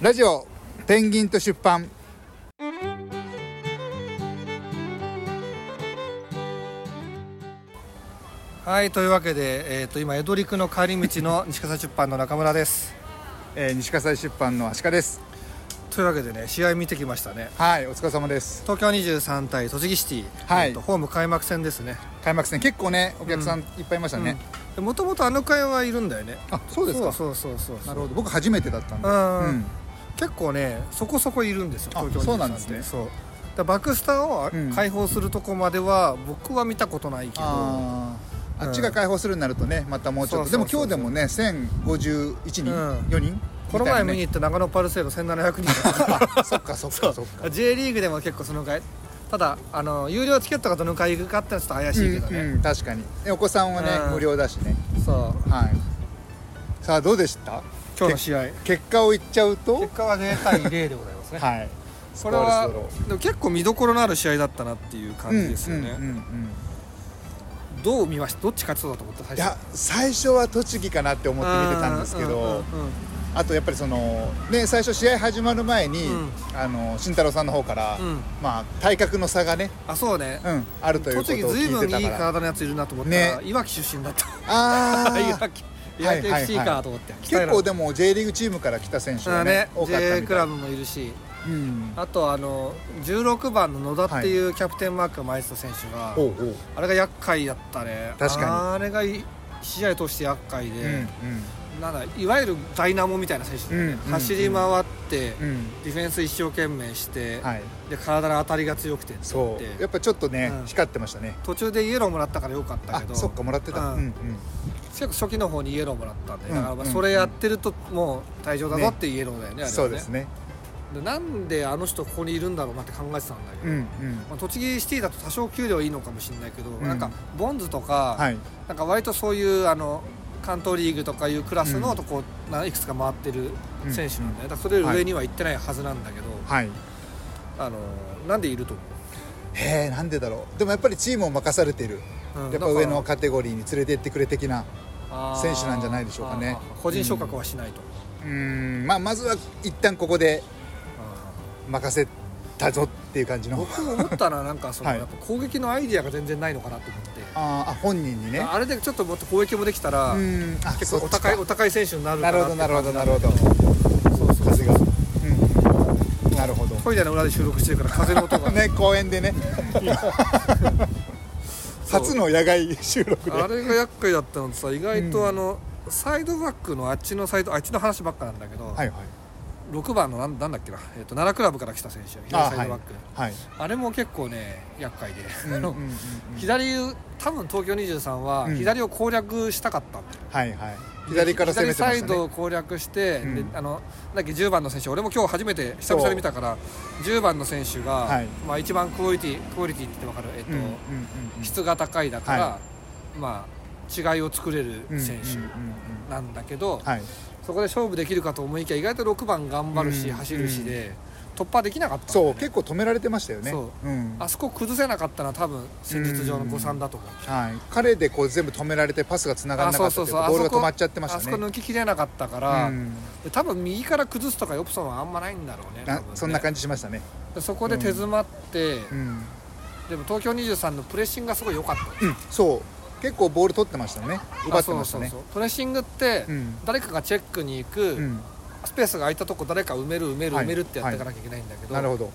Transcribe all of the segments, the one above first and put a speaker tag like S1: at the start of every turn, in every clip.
S1: ラジオペンギンと出版
S2: はいというわけで、えー、と今江戸陸の帰り 道の西笠出版の中村です
S1: えー西葛西出版のアシカです
S2: というわけでね試合見てきましたね
S1: はいお疲れ様です
S2: 東京23対栃木シティ、
S1: はい
S2: えーとホーム開幕戦ですね
S1: 開幕戦結構ねお客さんいっぱいいましたね、
S2: もともとあの会はいるんだよね
S1: あそうですか
S2: そうそうそうそう
S1: なるほど僕初めてだったんで
S2: うん
S1: うん
S2: 結構ねそこそこいるんですよ
S1: あ
S2: 東京23
S1: そうなんですね
S2: ってそうだバクスターを
S1: うん
S2: 解放するとこまでは僕は見たことないけど、
S1: あー
S2: うん
S1: あっちが解放するになるとねまたもうちょっと
S2: そうそう
S1: で
S2: そ
S1: も
S2: う
S1: 今日でもね1051人、
S2: うん
S1: 4人
S2: この前見に
S1: み
S2: 行った長野パルセード1700人
S1: たいなねあそっかそっかそっか
S2: J リーグでも結構そのぐらいただあの有料チケットがどのくらいいくかってのはちょっと怪しいけど
S1: うん
S2: ね、
S1: うん確かにでお子さんはね、
S2: うん
S1: 無料だしね
S2: そう
S1: はいさあどうでした
S2: 今日の試合
S1: 結果を言っちゃうと
S2: 結果は0対0でございます ね
S1: はい
S2: これはでも結構見どころのある試合だったなっていう感じですよね、
S1: うんうんうんうん
S2: どう見ましたどっち勝ちそうだと思った最
S1: いや最初は栃木かなって思って見てたんですけど、
S2: うんうんうん
S1: あとやっぱりその、ね、最初試合始まる前に、
S2: うん
S1: あの慎太郎さんの方から、
S2: うん
S1: まあ、体格の差がね、
S2: あそうね、
S1: うん、あるということを
S2: 栃木ずい
S1: 聞
S2: ぶ
S1: いて
S2: ん
S1: た
S2: いい
S1: から
S2: 体のやついるなと思ったら、
S1: ね
S2: いわき出身だった
S1: あ
S2: い
S1: ー
S2: わきいわき
S1: はいはい
S2: FC かと思って、
S1: 結構でも J リーグチームから来た選手
S2: あ
S1: が
S2: ね
S1: ね多かったみた
S2: J
S1: い
S2: クラブもいるし
S1: うん
S2: あとあの16番の野田っていうキャプテンマークを巻いてた選手が、
S1: おうおう
S2: あれが厄介だったね
S1: 確かに
S2: あれがい試合通して厄介で、
S1: うんうん
S2: なんだいわゆるダイナモみたいな選手で、ね
S1: うんうん
S2: 走り回って、
S1: うん
S2: ディフェンス一生懸命して、
S1: はい
S2: で体の当たりが強くてって言っ
S1: そ
S2: て
S1: うやっぱちょっとね、
S2: うん
S1: 光ってましたね
S2: 途中でイエローもらったからよかった
S1: あ
S2: けど
S1: そっかもらってた、
S2: うん
S1: うんうん、
S2: 結構初期の方にイエローもらったんで、
S1: うん
S2: だからまあ
S1: うん
S2: それやってるともう退場だぞっていうイエローだよねあれはね
S1: そうですね
S2: でなんであの人ここにいるんだろうなって考えてたんだけ
S1: う
S2: ど、
S1: んうん
S2: まあ、栃木シティだと多少給料いいのかもしれないけど、
S1: ん
S2: なんかボンズとか、
S1: はい
S2: なんか割とそういうあの関東リーグとかいうクラスのとこ、ないくつか回ってる選手なんだよ、だからそれより上には行ってないはずなんだけど、
S1: はい
S2: あのなんでいると思
S1: へえんでだろうでもやっぱりチームを任されてる、
S2: う、うん
S1: やっぱ上のカテゴリーに連れてってくれ的な選手なんじゃないでしょうかね
S2: あーあー個人昇格はしないと、
S1: うんまあまずは一旦ここで
S2: あ
S1: 任せたぞっていう感じ
S2: ー
S1: の
S2: 僕思ったらなんかその、
S1: はい
S2: やっぱ攻撃のアイディアが全然ないのかなと思って
S1: あーあ本人にね
S2: あれでちょっともっと攻撃もできたら、
S1: うんあ
S2: 結構
S1: そ
S2: お
S1: っち
S2: 高い
S1: か
S2: お高い選手になる
S1: な
S2: か
S1: る
S2: な
S1: ほどなるほどなるほど
S2: どそうそう
S1: 風
S2: そう
S1: がうんなるほど
S2: トイレの裏で収録してるから風の音が、
S1: ね公園 でね初の野外収録で
S2: あれが厄介だったのとさ意外とあの、サイドバックのあっちのサイドあっちの話ばっかなんだけど、
S1: はいはい
S2: 6番のなんなんだっけな、えっと奈良クラブから来た選手
S1: あ
S2: 左サイ
S1: はい
S2: ドバック
S1: はい
S2: あ,、れも結構ね厄介で、
S1: うん
S2: あ
S1: うん
S2: の
S1: うんうん
S2: 左多分東京23は
S1: うん
S2: 左を攻略したかったんだよ、
S1: はいはい左から攻めてま
S2: 左
S1: し
S2: サイ
S1: た
S2: ド
S1: ね
S2: を攻略して、
S1: うん
S2: であのなんだっけ10番の選手俺も今日初めて久々に見たから10番の選手が、
S1: はい
S2: まあ、一番クオリティクオリティって言ってわかる、えっと
S1: うんうんうんうん
S2: 質が高いだから、
S1: は
S2: まあ違いを作れる
S1: うんうんうん
S2: 選手
S1: うん
S2: なんだけど、
S1: はい
S2: そこで勝負できるかと思いきや意外と6番頑張るし、
S1: うん
S2: 走るしで、突破できなかったんだよ
S1: そ
S2: ね
S1: う結構止められてましたよね
S2: そ
S1: うん
S2: あそこ崩せなかったのは多分戦術上の誤算だと思う、
S1: はい、彼でこう全部止められてパスがつながら
S2: あ
S1: な
S2: そ
S1: か
S2: う
S1: ったと
S2: そう
S1: いう
S2: そう
S1: か
S2: あ
S1: ボ
S2: そ
S1: ールが
S2: こ
S1: 止まっちゃってま
S2: あ
S1: した
S2: そこ
S1: ね
S2: 抜ききれなかったか
S1: う
S2: ら、
S1: ん
S2: で多分右から崩すとかいうオプションはあんまないんだろうね
S1: な
S2: 多分ね
S1: そんな感じしましたね、
S2: でそこで手詰まって、
S1: うん
S2: でも東京23のプレッシングがすごい良かった
S1: うんそう結構ボール取ってましたね奪ってました
S2: あ
S1: ね
S2: そうそうそうプレッシングって、
S1: うん
S2: 誰かがチェックに行く、
S1: うん
S2: スペースが空いたとこ誰か埋める埋める
S1: はい
S2: 埋めるってやっていかなきゃいけないんだけど,、
S1: なるほど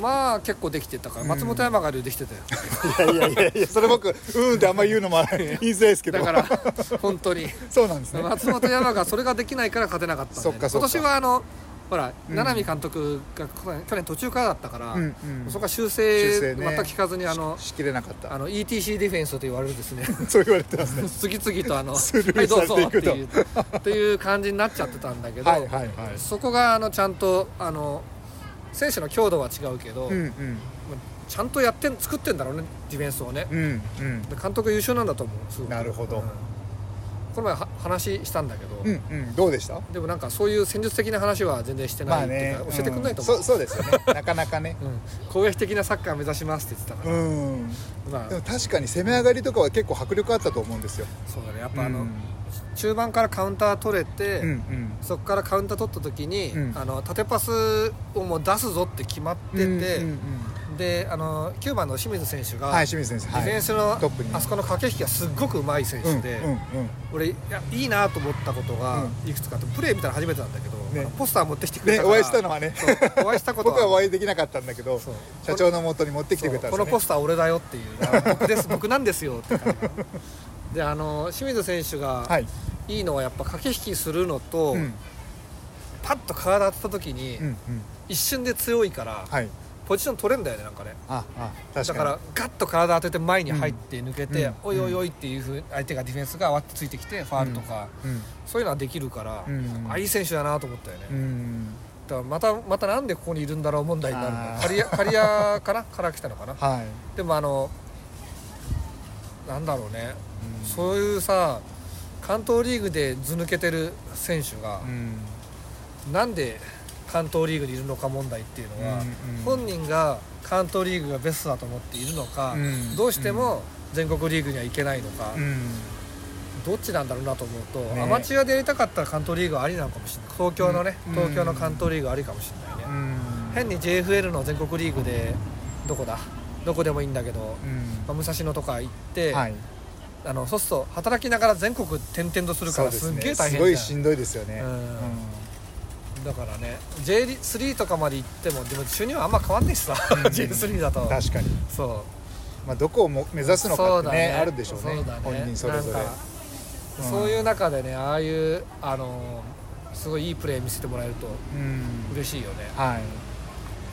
S2: まあ結構できてたから
S1: うん
S2: 松本山が流できてた よ、
S1: いやいやいやいやそれ僕うーんってあんま言うのも言いづらいですけど
S2: だから本当に
S1: そうなんですね
S2: 松本山がそれができないから勝てなかったんで、
S1: そっかそっ
S2: 今
S1: か
S2: 年はあのほら
S1: うん
S2: 七海監督が去年去年途中からだったから、
S1: うんうん
S2: そこは
S1: 修
S2: 修正
S1: 正ね
S2: 全く聞かずにあの
S1: しきれなかっ
S2: あ
S1: た
S2: の ETC ディフェンスと言われるですね
S1: そう言われてますね
S2: 次々とあの「
S1: スルー
S2: はいどうぞ」
S1: され
S2: って
S1: ていくと
S2: いうっていう感じになっちゃってたんだけど、
S1: はいはいはい
S2: そこがあのちゃんとあの選手の強度は違うけど、
S1: うんうん
S2: ちゃんとやってん作ってんだろうねディフェンスをね、
S1: うんうん
S2: で監督優秀なんだと思うすごく
S1: なるほど
S2: うんこの前は話したんだけど、
S1: うんうんどうでした
S2: でもなんかそういう戦術的な話は全然して
S1: ま
S2: ない
S1: あ
S2: っていう
S1: ね
S2: か、教えてくんないと思う,、
S1: んそうそうですよねなかなかね
S2: うん攻撃的なサッカー目指しますって言ってたか
S1: うん
S2: ら、ま
S1: で
S2: あ
S1: も確かに攻め上がりとかは結構迫力あったと思うんですよ
S2: そうだねやっぱあの、
S1: うん
S2: 中盤からカウンター取れて、
S1: うんうん
S2: そこからカウンター取った時に、
S1: うん
S2: あの縦パスをもう出すぞって決まってて、
S1: うんうんうん
S2: であの9番の清水選手が、
S1: はい
S2: デ
S1: 清水先生
S2: ィフェンスの、
S1: はい、トップに
S2: あそこの駆け引きがすっごくうまい選手で、
S1: うんうんうん
S2: 俺いやいいなと思ったことが
S1: う
S2: いくつかあって、プレー見たの初めてなんだけど、
S1: ね
S2: あのポスター持ってきてくれ
S1: ね
S2: たか
S1: お
S2: ら、
S1: 会いしたのはね
S2: そうお会いしたこと
S1: 僕はお会いできなかったんだけど
S2: そう
S1: 社長のもとに持ってきてくれたん
S2: こ
S1: です
S2: の
S1: よ
S2: ポ
S1: ね
S2: スター俺だよっていうあの僕です僕なんですよって感じであの清水選手
S1: は
S2: が
S1: い、
S2: いいのはやっぱ駆け引きするのと、
S1: うん
S2: パッと体当てた時に、
S1: うんうん、
S2: 一瞬で強いから、
S1: はい
S2: ポジション取れんだよねなんかね
S1: ああ確か
S2: だ
S1: に
S2: からガッと体当てて前に入って抜けて、
S1: うん
S2: おいおいおいっていうふうに相手がディフェンスがわってついてきてファールとか、
S1: うん
S2: そういうのはできるから、
S1: うん
S2: あいい選手だなと思ったよね、
S1: う
S2: だ
S1: ん
S2: からまたまたなんでここにいるんだろう問題になる
S1: あ
S2: の
S1: ー
S2: カリアカリアかなから来たのかな
S1: はい、
S2: でもあのなんだろうね、
S1: うん
S2: そういうさ関東リーグで図抜けてる選手が
S1: う、ん
S2: なんで関東リーグにいるのか問題っていうのは、
S1: うんうん
S2: 本人が関東リーグがベストだと思っているのか、
S1: うん
S2: どうしても全国リーグには行けないのか、
S1: うん
S2: どっちなんだろうなと思うと、
S1: ね
S2: アマチュアでやりたかったら関東リーグはありなのかもしれない東京のね、
S1: うん
S2: 東京の関東リーグはありかもしれないね、
S1: うん
S2: 変に JFL の全国リーグでどこだどこでもいいんだけど、
S1: うん
S2: まあ武蔵野とか行って、
S1: はい、
S2: あのそうすると働きながら全国転々とするか
S1: そう
S2: ら
S1: ですす
S2: っげ
S1: ね
S2: え大
S1: す
S2: 変
S1: ご
S2: じ
S1: い
S2: ゃん
S1: しんどいですよね、
S2: うんだからね J3 とかまで行ってもでも収入はあんま変わんないしさ、J3 だと
S1: 確かに、
S2: そ
S1: まあ、どこをも目
S2: う
S1: 指すのかって
S2: そうだ
S1: ねあるでしょうね
S2: そうだね
S1: 本人それぞれ
S2: なんか
S1: うん
S2: そういう中でねああいうあのーすごいいいプレー見せてもらえると
S1: うん
S2: 嬉しいよね
S1: は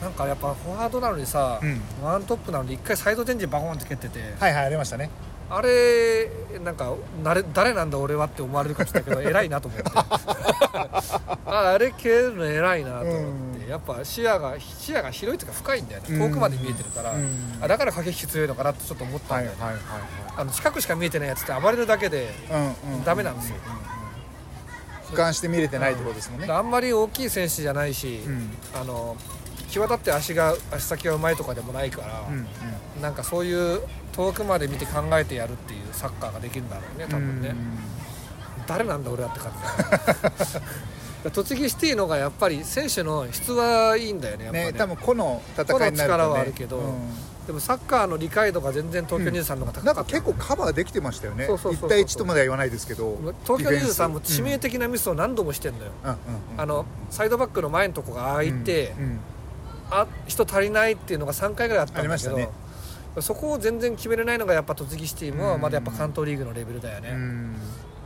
S1: い
S2: なんかやっぱフォワードなのにさ、
S1: うん
S2: ワントップなのに一回サイドチェンジバコンって蹴ってて、
S1: はいはいありましたね
S2: あれなんかなれ誰なんだ俺はって思われるかもしれないけど偉いなと 思ってああれ蹴るの偉いなと思って、
S1: う
S2: やっぱ視野が視野が広いというか深いんだよね遠くまで見えてるから、
S1: うん
S2: あだから駆け引き強いのかなってちょっと思った
S1: は
S2: んだ
S1: い
S2: よ
S1: はい
S2: ね、
S1: はい
S2: あの近くしか見えてないやつって暴れるだけで
S1: はいうんうん
S2: ダメなんですよ、
S1: 俯瞰して見れてないってことですもんね
S2: だからあんまり大きい選手じゃないし、
S1: うん
S2: あの際立って足が足先がうまいとかでもないから、
S1: うんうん
S2: なんかそういう遠くまで見て考えてやるっていうサッカーができるんだろうね多分ね、誰なんだ俺はって感 じだな栃木シティのがやっぱり選手の質はいいんだよねや
S1: う
S2: っ
S1: ん
S2: ぱ
S1: ね
S2: ね
S1: 多分個の戦いになると、ね、
S2: 個の力はあるけど
S1: うん
S2: でもサッカーの理解度が全然東京23の方が高か
S1: な
S2: っ
S1: んか
S2: た、
S1: 結構カバーできてましたよね
S2: そうそうそう
S1: 1
S2: そう
S1: 対1とまでは言わないですけど
S2: 東京23も
S1: デ
S2: 致
S1: ィフェ
S2: 命
S1: ンス
S2: 的なミスを何度もしてんのよ、
S1: うんうんうんうん
S2: あのサイドバックの前のとこが空いて、
S1: うんうん
S2: あ人足りないっていうのが3回ぐらいあったん
S1: ありま
S2: だ
S1: し
S2: け
S1: た
S2: ど、
S1: ね
S2: そこを全然決めれないのがやっぱ栃木シティもまだやっぱ関東リーグのレベルだよね、
S1: うん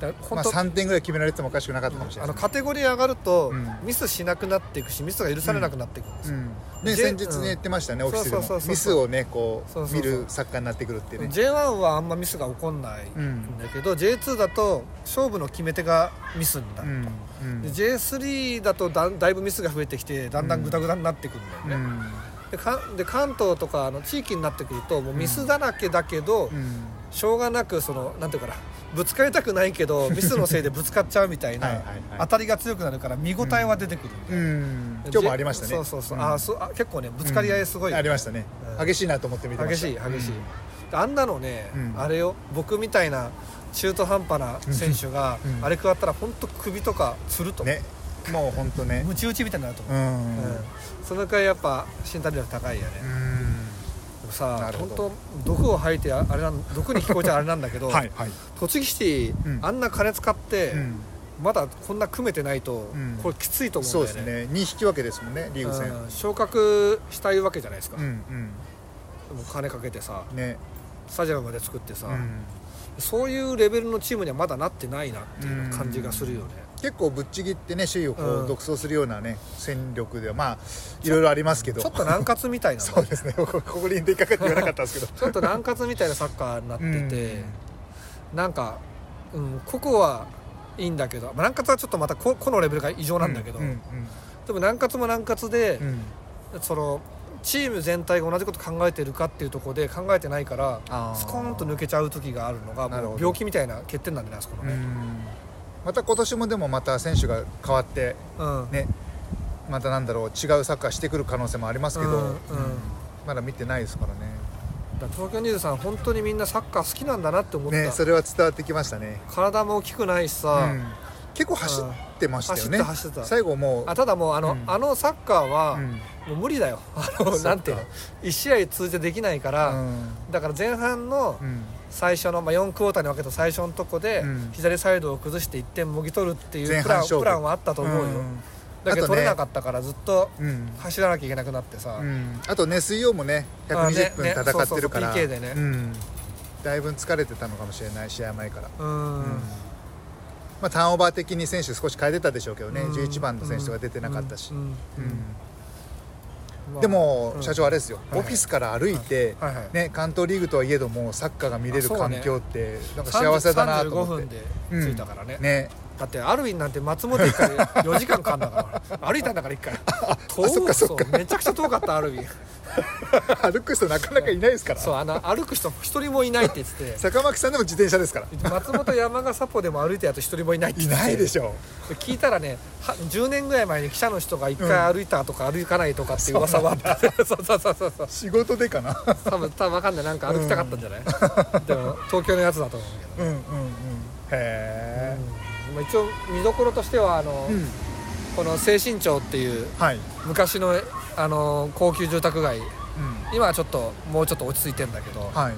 S2: だから
S1: ま
S2: 本
S1: あ、
S2: 当、
S1: 3点ぐらい決められてもおかしくなかったかもしれ
S2: あ
S1: ない
S2: の
S1: で
S2: カテゴリー上がると
S1: うん
S2: ミスしなくなっていくしミスが許されなくなっていくんです
S1: す
S2: よ、
S1: ねうんね
S2: J-
S1: 先日ね言ってましたね、オフィスでも
S2: そうそうそうそう
S1: ミスをねこ
S2: そう
S1: う
S2: そう
S1: 見
S2: そう
S1: る作家になってくるってね
S2: J1 はあんまミスが起こんないんだけど、J2 だと勝負の決め手がミスにな
S1: う
S2: る、
S1: んうん
S2: で J3 だとだんだいぶミスが増えてきてだんだんグダグダになってくるんだよ
S1: う
S2: ね、
S1: ん
S2: でかで関東とかあの地域になってくるともうミスだらけだけど、
S1: うん
S2: しょうがなくそのなんていうかなぶつかりたくないけどミスのせいでぶつかっちゃうみたいな
S1: はいはいはい
S2: 当たりが強くなるから見応えは出てくるんだよね、
S1: うん今日もありましたね
S2: そうそうそう、
S1: ん
S2: あそうあ結構ねぶつかり合いすごい、
S1: ありましたね
S2: うん
S1: 激しいなと思って見てま
S2: 激
S1: した
S2: しい激しい、あんなのね、
S1: うん
S2: あれよ僕みたいな中途半端な選手が、
S1: うん
S2: あれ食わったら本当首とかつると、
S1: ねもう本当ね
S2: ムチ打ちみたいになると思
S1: う
S2: う、
S1: ん
S2: うんそのくらいやっぱ身体能力高いよね、でも
S1: な
S2: さ
S1: るほ
S2: 本
S1: ど
S2: 当毒を吐いてああれなん毒に聞こえちゃうあれなんだけ ど、
S1: はいはい
S2: 栃木シティ、
S1: うん
S2: あんな金使って、
S1: うん
S2: まだこんな組めてないと、
S1: うん
S2: これきついと思
S1: そううんで
S2: だ
S1: す
S2: よね
S1: ね2引き分けですもんねリーグ戦
S2: うん昇格したいわけじゃないですか、
S1: う
S2: で
S1: ん
S2: も金かけてさ
S1: うんね
S2: スタジアムまで作ってさ、
S1: うん
S2: そういうレベルのチームにはまだなってないなっていう感じがするよね、
S1: 結構ぶっちぎってね首位をこ
S2: う
S1: うん独走するようなね戦力ではまあいろいろありますけど
S2: ちょっと軟活みたいな
S1: そうですねここに引っかかって言わなかったんですけど
S2: ちょっと軟活みたいなサッカーになってて、なんか、うん、個々はいいんだけど、まあ、軟活はちょっとまた個個のレベルが異常なんだけど、
S1: ううん
S2: でも軟活も軟活で
S1: う、ん
S2: そのチーム全体が同じこと考えてるかっていうところで考えてないから
S1: あー
S2: スコーンと抜けちゃう時があるのが
S1: なるほど
S2: もう病気みたいな欠点なんだよねあそこの
S1: うんう
S2: ね、
S1: んまた今年もでもまた選手が変わって
S2: うん
S1: ねまたなんだろう違うサッカーしてくる可能性もありますけど
S2: うんうん
S1: まだ見てないですからね
S2: だから東京23本当にみんなサッカー好きなんだなって思った、
S1: ねそれは伝わってきましたね、
S2: 体も大きくないし
S1: う
S2: さ、
S1: ん、結構走ってましたよね
S2: 走ってた走ってた
S1: 最後もう
S2: あただもうあの,、
S1: うん
S2: あのサッカーは、
S1: うん
S2: もう無理だよ あの
S1: そっか
S2: なんていうの1試合通じてできないから、だから前半の
S1: うんうん
S2: 最初の、まあ、4クォーターに分けた最初のとこで、
S1: うん
S2: 左サイドを崩して1点もぎ取るっていう
S1: 前半
S2: プラン
S1: 勝負
S2: プランはあったと思うよ、だけ
S1: あと
S2: ど
S1: ね
S2: 取れなかったからずっと
S1: うんうん
S2: 走らなきゃいけなくなってさ、
S1: うんあとね水曜もね
S2: あね
S1: 120分
S2: ね
S1: 戦ってるから、
S2: そうそうそう PK でね
S1: うんだいぶ疲れてたのかもしれない試合前から、
S2: うん
S1: うんまあ、ターンオーバー的に選手少し変えてたでしょうけどね、
S2: うん
S1: 11番の選手とか出てなかったし、
S2: うんうん
S1: うん
S2: まあ
S1: でも、
S2: うん
S1: 社長あれですよ、
S2: はいはい
S1: オフィスから歩いて、
S2: はいはい
S1: ね、関東リーグとはいえどもサッカーが見れる
S2: あそう
S1: 環
S2: ね
S1: 境ってなんか幸せだなと思って
S2: 35分で着いたからね、
S1: ね
S2: だってアルウィンなんて松本駅から4時間かかんだから歩いたんだから1回 遠
S1: そっかそっか
S2: そうめちゃくちゃ遠かったアルウィン
S1: 歩く人なかなかいないですから
S2: そうあの歩く人一人もいないって言って
S1: 坂巻さんでも自転車ですから
S2: て松本山笠ポでも歩いたやつ一人もいないって
S1: い
S2: 言ってて
S1: ないでしょ
S2: 聞いたらねは10年ぐらい前に記者の人が1回歩いたとか歩かないとかっていう噂はあった、そうそうそうそうそう
S1: 仕事でかな
S2: 多分多分わかんないなんか歩きたかった んじゃない、でも東京のやつだと思うけ
S1: うんう
S2: ど
S1: んうんへえ、
S2: まあ、一応見どころとしてはあの、
S1: うん
S2: この清新町っていう
S1: はい、
S2: 昔のあの高級住宅街
S1: う
S2: 今はちょっともうちょっと落ち着いてんだけど、
S1: ん、はい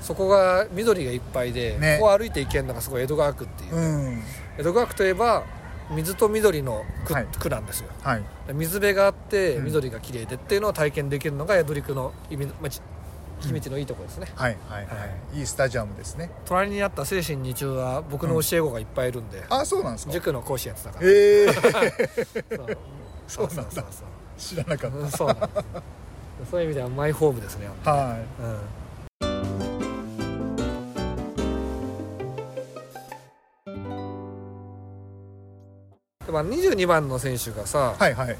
S2: そこが緑がいっぱいで、
S1: ね
S2: ここを歩いて行けるのがすごい江戸川区っていう、
S1: うん
S2: 江戸川区といえば水と緑の区,、
S1: はい
S2: 区なんですよ
S1: はい
S2: 水辺があって
S1: うん
S2: 緑が綺麗でっていうのを体験できるのが江戸陸の意味、まあち秘道のいいところですね、
S1: はいはいは
S2: はい
S1: いいいスタジアムですね
S2: 隣にあった精神二中は僕の教え子がいっぱいいるんで、
S1: あそうなんですか
S2: 塾の講師やってたから、
S1: へえー、
S2: そ
S1: そ
S2: う
S1: うなんだ
S2: そうそう
S1: 知らなかっ
S2: うんそうなんですそういう意味ではマイホームですね、
S1: たはい
S2: うん、でまあ22番の選手がさ、
S1: はいはい、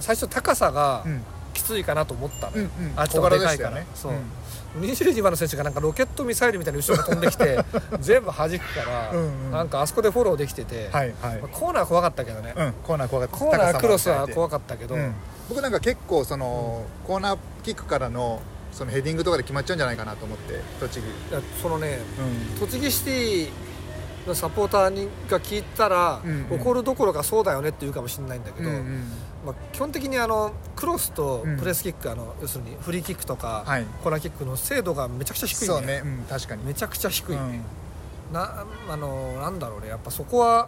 S2: 最初高さが
S1: うん
S2: きついかなと思ったの
S1: うんう
S2: よ、
S1: ん、
S2: あっちの方がでかいから、そう、
S1: うん
S2: 22番の選手がなんかロケットミサイルみたいに後ろに飛んでき て全部弾くから
S1: うんうん
S2: なんかあそこでフォローできてて、
S1: はいはい
S2: まあ、コーナー怖かったけどね、
S1: うん、コーナー怖かった
S2: コーナークロスは
S1: かっ
S2: 怖かったけ
S1: た
S2: ど、
S1: 僕なんか結構その、コーナーキックからのそのヘディングとかで決まっちゃうんじゃないかなと思って栃木、
S2: いやそのね
S1: う
S2: 栃木シティのサポーターにが聞いたら、
S1: うんうん
S2: 怒るどころかそうだよねって言うかもしれないんだけど、
S1: うんうん、
S2: まあ、基本的にあのクロスと
S1: うん
S2: プレスキック、あの要するにフリーキックとか、
S1: はい
S2: コーナーキックの精度がめちゃくちゃ低い
S1: そうね、うん、確かに
S2: めちゃくちゃ低い、ね
S1: う
S2: なあのなんだろうねやっぱそこは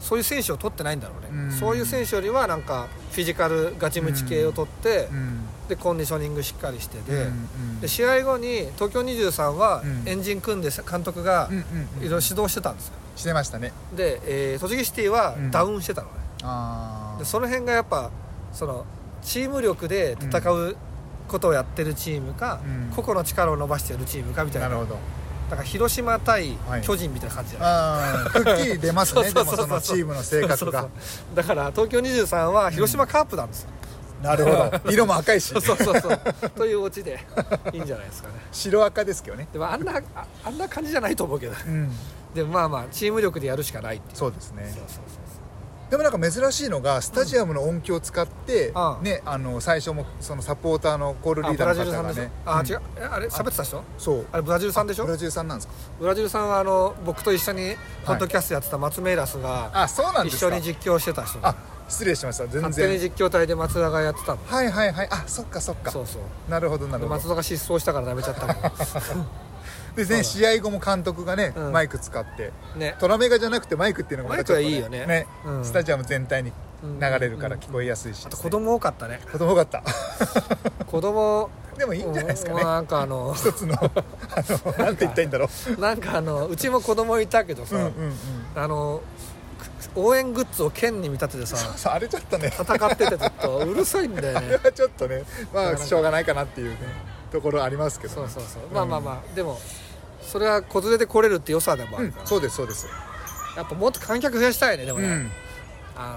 S2: そういう選手を取ってないんだろうね、
S1: うん
S2: そういう選手よりはなんかフィジカルガチムチ系を取っ
S1: ん
S2: て、
S1: うん
S2: でコンディショニングしっかりして
S1: うん
S2: て、
S1: うん
S2: で試合後に東京23は
S1: うん
S2: エンジン組んで監督が
S1: うんうんうん
S2: いろいろ指導してたんですよ
S1: してましたね
S2: で、えー栃木シティは
S1: うん
S2: ダウンしてたのね、
S1: あ
S2: で
S1: あ
S2: その辺がやっぱそのチーム力で戦うことをやってるチームか、
S1: うん
S2: 個々の力を伸ばしてるチームかみたい
S1: な
S2: な
S1: るほど
S2: だから広島対
S1: はい
S2: 巨人みたいな感じだ、
S1: ああくっきり出ます
S2: そう
S1: ね
S2: そ
S1: で
S2: う
S1: も
S2: そう
S1: そのチームの性
S2: そ
S1: 格
S2: うそうそ
S1: が
S2: うだから東京23は広島カープなんですよ、
S1: なるほど色も赤いし
S2: そうそうそう というオチでいいんじゃないですかね
S1: 白赤ですけどね
S2: でもあんなああんな感じじゃないと思うけど
S1: うん
S2: でもまあまあチーム力でやるしかないっていう
S1: そうですね
S2: そうそうそうそう
S1: でもなんか珍しいのがスタジアムの音響を使って、
S2: ああ
S1: ねあの最初もそのサポーターのコールリ
S2: あ
S1: ー
S2: ブ
S1: ダ
S2: ラ
S1: ー
S2: ジルさん
S1: の方
S2: で
S1: が
S2: しょ
S1: ね、
S2: あ違うえあれ喋ってた人
S1: そう
S2: あれブラジルさんでしょ
S1: ブラジルさんなんですか
S2: ブラジルさんはあの僕と一緒にポッドキャストやってた松メイラスが
S1: あそうなんで
S2: 一
S1: すか
S2: 緒に実況してた人
S1: あ
S2: 勝
S1: 失礼しました全
S2: 手に
S1: 然
S2: 実況隊で松田がやってたの
S1: はいはいはいあそっかそっか
S2: そうそう
S1: なるほどな
S2: で
S1: るほ
S2: 松
S1: ど
S2: 田が失踪したからダメちゃった も
S1: で
S2: そう
S1: ね
S2: だ
S1: 試合後も監督がね、
S2: うん
S1: マイク使って
S2: んね
S1: トラメガじゃなくてマイクっていうのがまたちょっと
S2: マイクはいいよねうん
S1: スタジアム全体に流れるから聞こえやすいし、
S2: あと子供多かったね
S1: 子供多かった
S2: 子供
S1: でもいいんじゃないですかね
S2: うんまあなんかあの
S1: 一つのあのなんて言ったらいいんだろ
S2: なんかあのうちも子供いたけ
S1: う、うん
S2: ど
S1: う
S2: さ
S1: んうん、
S2: あのく応援グッズを剣に見立ててさ
S1: そう荒れちゃったね
S2: 戦っててずっとうるさいんだよ
S1: あれ
S2: ね
S1: はちょっとねまあしょうがないかなっていうねところありますけど
S2: そ
S1: ね、
S2: うそうそうまあまあまあでもそれは子連れで来れるって良さでもあ
S1: う
S2: る
S1: ん
S2: から、
S1: そうですそうです、
S2: やっぱもっと観客増やしたいねでも
S1: う
S2: ね、
S1: ん、
S2: あ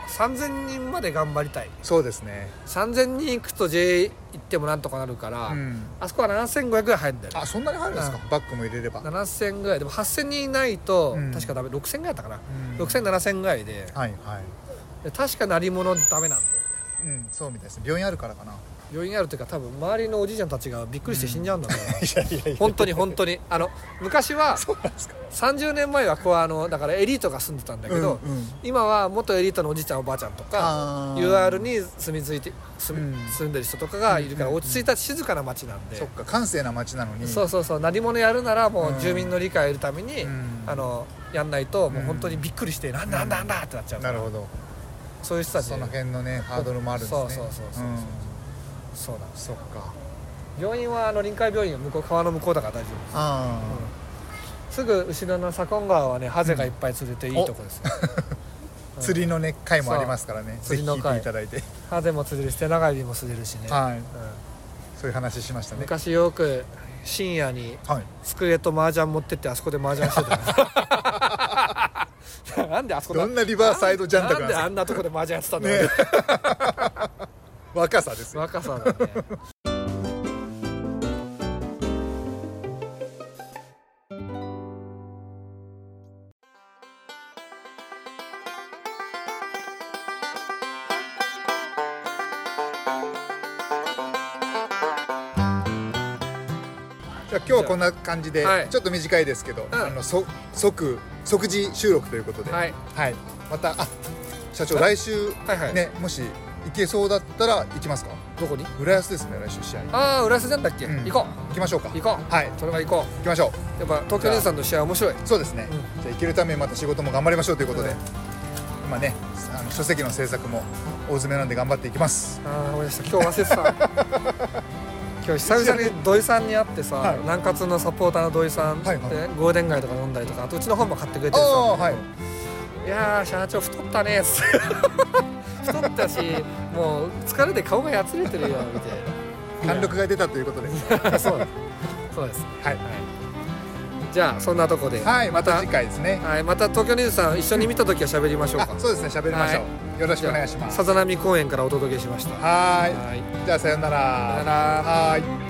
S2: のー、3000人まで頑張りたい
S1: そうですね、
S2: 3000人行くと J 行ってもなんとかなるから、
S1: うん、
S2: あそこは7500ぐらい入るんだよね
S1: あそんなに入るんですか、
S2: う
S1: バックも入れれば、
S2: 7000ぐらいでも8000人ないと、
S1: うん
S2: 確かダメ6000ぐらいだったかな、
S1: うん
S2: 60007000ぐらいで
S1: はいはい
S2: で確か鳴り物ダメなんだよね
S1: うんそうみたいです病院あるからかな
S2: 余韻あるというか多分周りのおじいちゃんたちがびっくりして死んじゃうんだから、
S1: いやいや
S2: 本当に本当にあの昔は
S1: そうなんですか
S2: 30年前はこうあのだからエリートが住んでたんだけど、
S1: うんうん
S2: 今は元エリートのおじいちゃんおばあちゃんとか
S1: あー
S2: UR に住み着いて住,、
S1: うん
S2: 住んでる人とかがいるから落ち着いた静かな街なんで、
S1: そっか閑静な街なのに
S2: そうそうそう何者やるならも
S1: うん
S2: う住民の理解を得るために、
S1: うん
S2: あのやんないともううん本当にびっくりして、なんだなんだなんだってなっちゃうか
S1: な
S2: ら
S1: るほど
S2: そういう人たち
S1: その辺のねハードルもあるんですね
S2: そうそうそうそうそうんそうなんです
S1: そっか
S2: 病院はあの臨海病院は向こう川の向こうだから大丈夫です
S1: ああ
S2: すぐ後ろの左近川はねハゼがいっぱい釣れていいとこですよ、うん
S1: 釣りのね回もありますからね
S2: そう
S1: ぜひ聞い
S2: 釣りの
S1: て
S2: 回
S1: いただいて
S2: ハゼも釣れるし手長エビも釣れるしね、
S1: はい
S2: うん
S1: そういう話しましたね
S2: 昔よく深夜に
S1: はい
S2: 机と麻雀持ってってあそこで麻雀して たなんであそこだ
S1: どんなリバーサイドジャンダ
S2: な
S1: クなん
S2: ん
S1: で
S2: で
S1: す
S2: あ
S1: か
S2: んなとこで麻雀やってたんだろうね
S1: ね若さですよ
S2: 若さだね
S1: じゃあ今日はこんな感じで
S2: はい
S1: ちょっと短いですけど
S2: ん
S1: あのそ即即時収録ということで
S2: はい
S1: はいまたあ社長来週
S2: はいはい
S1: ねもし行けそうだったら行きますか
S2: どこに
S1: 浦安ですね来週試合
S2: ああ浦安なんだっけ、
S1: うん
S2: 行こ
S1: 行きましょうか
S2: う行こう
S1: はい
S2: それは行こ
S1: 行きましょう
S2: うやっぱ東京姉さんの試合面白い
S1: そうですね、
S2: うん
S1: じゃあ行けるためにまた仕事も頑張りましょうということで、
S2: うん
S1: 今ねあの書籍の制作も大詰めなんで頑張っていきます
S2: ああ思い出した今日忘れ てた今日久々に土井さんに会ってさ、
S1: はい
S2: 南葛のサポーターの土井さん、
S1: はいはい
S2: でゴールデン街とか飲んだりとかあとうちの本も買ってくれてる
S1: ああ
S2: さ、
S1: はい
S2: いやー社長太ったねっ つって太ったしもう疲れて顔がやつれてるよみたいな
S1: 貫禄が出たということで
S2: 禄 そうですそうです
S1: はい、
S2: じゃあそんなとこでは
S1: はい、また次回ですね
S2: いまた東京ニュースさん一緒に見た時は喋りましょう
S1: あ
S2: か
S1: そうですね喋りましょう、よろしくお願いします
S2: さざ波公園からお届けしました
S1: はーい
S2: はい
S1: じゃあさようなら
S2: さようなら
S1: はーい